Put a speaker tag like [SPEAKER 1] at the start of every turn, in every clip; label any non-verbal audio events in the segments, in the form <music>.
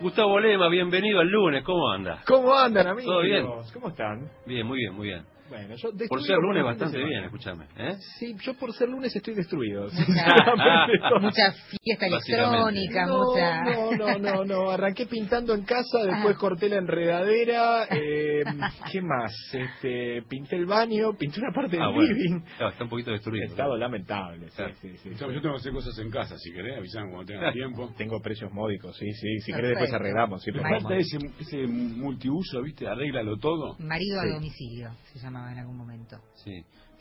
[SPEAKER 1] Gustavo Lema, bienvenido al lunes, ¿cómo anda?
[SPEAKER 2] ¿Cómo andan, amigos?
[SPEAKER 1] ¿Todo bien?
[SPEAKER 2] ¿Cómo están?
[SPEAKER 1] Bien, muy bien, muy bien.
[SPEAKER 2] Bueno, yo
[SPEAKER 1] Por
[SPEAKER 2] destruido
[SPEAKER 1] ser lunes
[SPEAKER 2] el fin de
[SPEAKER 1] bastante
[SPEAKER 2] semana.
[SPEAKER 1] bien, escúchame. ¿eh?
[SPEAKER 2] Sí, yo por ser lunes estoy destruido. <laughs>
[SPEAKER 1] Ah.
[SPEAKER 3] mucha fiesta
[SPEAKER 1] Básicamente.
[SPEAKER 3] electrónica,
[SPEAKER 2] No,
[SPEAKER 3] mucha...
[SPEAKER 2] no, no, no, no. Arranqué pintando en casa, después
[SPEAKER 3] Ah.
[SPEAKER 2] corté la enredadera. eh, ¿Qué más? Este, pinté el baño, pinté una parte del
[SPEAKER 1] Ah, bueno.
[SPEAKER 2] living.
[SPEAKER 1] Claro, está un poquito destruido.
[SPEAKER 2] Estado lamentable, sí,
[SPEAKER 1] Claro.
[SPEAKER 2] sí, sí.
[SPEAKER 4] Yo yo tengo que hacer cosas en casa, si querés, avisame cuando tengas tiempo.
[SPEAKER 2] Tengo precios módicos, sí, sí. Si querés
[SPEAKER 3] Perfecto.
[SPEAKER 2] después arreglamos. Sí,
[SPEAKER 4] Me
[SPEAKER 2] por
[SPEAKER 4] falta
[SPEAKER 2] favor.
[SPEAKER 4] ese, ese multiuso, ¿viste? Arréglalo todo.
[SPEAKER 3] Marido
[SPEAKER 2] Sí.
[SPEAKER 3] a domicilio, se llamaba en algún momento.
[SPEAKER 1] Sí.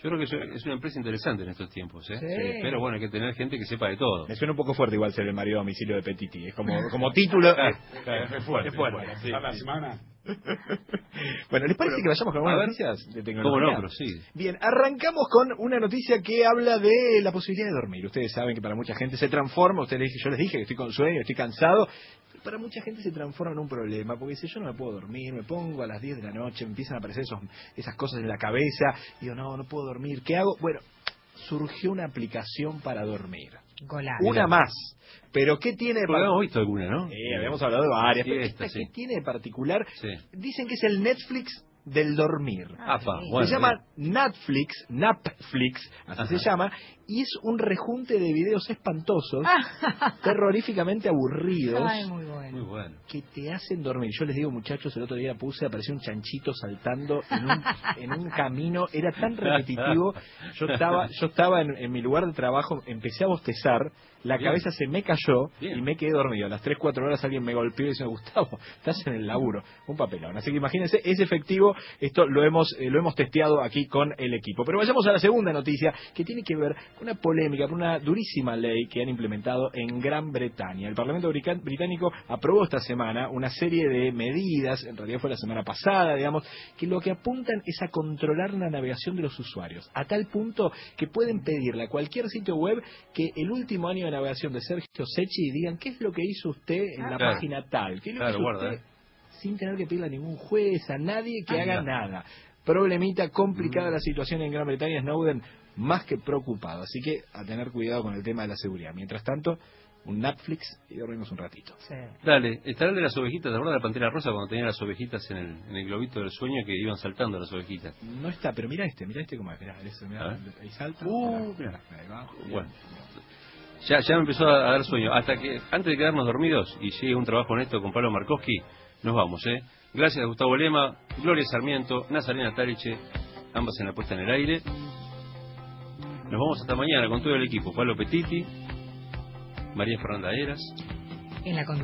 [SPEAKER 1] Yo creo que es una- es una empresa interesante en estos tiempos, ¿eh?
[SPEAKER 3] Sí.
[SPEAKER 1] Pero bueno, hay que tener gente que sepa de todo.
[SPEAKER 2] Me suena un poco fuerte igual ser el marido a domicilio de Petiti. Es como, como título.
[SPEAKER 1] Ah,
[SPEAKER 2] eh,
[SPEAKER 4] Es fuerte.
[SPEAKER 2] Es fuerte,
[SPEAKER 4] es fuerte.
[SPEAKER 2] sí,
[SPEAKER 4] A la
[SPEAKER 2] sí.
[SPEAKER 4] semana.
[SPEAKER 2] Bueno, ¿les parece que vayamos con
[SPEAKER 1] a
[SPEAKER 2] algunas
[SPEAKER 1] ver.
[SPEAKER 2] noticias de tecnología?
[SPEAKER 1] ¿Cómo no? Pero sí.
[SPEAKER 2] Bien, arrancamos con una noticia que habla de la posibilidad de dormir. Ustedes saben que para mucha gente se transforma, ustedes, les- yo les dije que estoy con sueño, estoy cansado, pero para mucha gente se transforma en un problema, porque dice, yo no me puedo dormir, me pongo a las 10 de la noche, me empiezan a aparecer esos, esas cosas en la cabeza, y digo, no, no puedo dormir, ¿qué hago? Bueno, surgió una aplicación para dormir,
[SPEAKER 1] Ah,
[SPEAKER 3] Golazo.
[SPEAKER 2] una más, pero ¿qué tiene de
[SPEAKER 1] Porque
[SPEAKER 2] par-
[SPEAKER 1] habíamos visto alguna, ¿no?
[SPEAKER 2] Eh, habíamos hablado de varias,
[SPEAKER 1] Sí,
[SPEAKER 2] pero
[SPEAKER 1] esta,
[SPEAKER 2] esta,
[SPEAKER 1] sí.
[SPEAKER 2] ¿qué tiene de particular?
[SPEAKER 1] Sí.
[SPEAKER 2] Dicen que es el Netflix del dormir.
[SPEAKER 3] Ah,
[SPEAKER 1] Apa,
[SPEAKER 3] sí.
[SPEAKER 1] bueno. eh.
[SPEAKER 2] se llama Netflix, Napflix, así
[SPEAKER 1] Ajá.
[SPEAKER 2] se llama, y es un rejunte de videos espantosos, terroríficamente aburridos,
[SPEAKER 3] Ah. <laughs> Ay, muy bueno.
[SPEAKER 1] Muy bueno.
[SPEAKER 2] que te hacen dormir. Yo les digo, muchachos, el otro día puse, apareció un chanchito saltando en un, en un camino, era tan repetitivo. Yo estaba, yo estaba en, en mi lugar de trabajo, empecé a bostezar, la
[SPEAKER 1] Bien.
[SPEAKER 2] cabeza se me cayó
[SPEAKER 1] Bien.
[SPEAKER 2] y me quedé dormido. A las 3, 4 horas alguien me golpeó y dice, Gustavo, estás en el laburo. Un papelón. Así que imagínense, es efectivo. Esto lo hemos, eh, lo hemos testeado aquí con el equipo. Pero vayamos a la segunda noticia, que tiene que ver con una polémica, con una durísima ley que han implementado en Gran Bretaña. El Parlamento Brica- Británico aprobó esta semana una serie de medidas, en realidad fue la semana pasada, digamos, que lo que apuntan es a controlar la navegación de los usuarios, a tal punto que pueden pedirle a cualquier sitio web que el último año de navegación de Sergio Sechi digan qué es lo que hizo usted en la
[SPEAKER 1] Claro.
[SPEAKER 2] página tal, qué es lo
[SPEAKER 1] Claro,
[SPEAKER 2] que hizo
[SPEAKER 1] guarda,
[SPEAKER 2] usted
[SPEAKER 1] eh.
[SPEAKER 2] sin tener que pedirle a ningún juez, a nadie que
[SPEAKER 1] Ah, mira.
[SPEAKER 2] haga
[SPEAKER 1] Mm.
[SPEAKER 2] nada. Problemita, complicada la situación en Gran Bretaña, Snowden más que preocupado, así que a tener cuidado con el tema de la seguridad. Mientras tanto, un Netflix y dormimos un ratito.
[SPEAKER 3] Sí.
[SPEAKER 1] Dale, estará el de las ovejitas, ¿te acuerdas de la Pantera Rosa cuando tenía las ovejitas en el, en el globito del sueño que iban saltando las ovejitas?
[SPEAKER 2] No está, pero mira este, mira este como es, mirá, ese, mirá,
[SPEAKER 1] A ver.
[SPEAKER 2] ahí salta.
[SPEAKER 1] Uh,
[SPEAKER 2] mirá,
[SPEAKER 1] mirá.
[SPEAKER 2] ahí va, mirá.
[SPEAKER 1] Bueno. Ya, ya me empezó a dar sueño. Hasta que, antes de quedarnos dormidos y llegue un trabajo honesto con Pablo Markowski, nos vamos, ¿eh? Gracias a Gustavo Lema, Gloria Sarmiento, Nazarena Tariche, ambas en la puesta en el aire. Nos vamos hasta mañana con todo el equipo. Pablo Petiti, María Fernanda Eras.
[SPEAKER 3] En la conducta.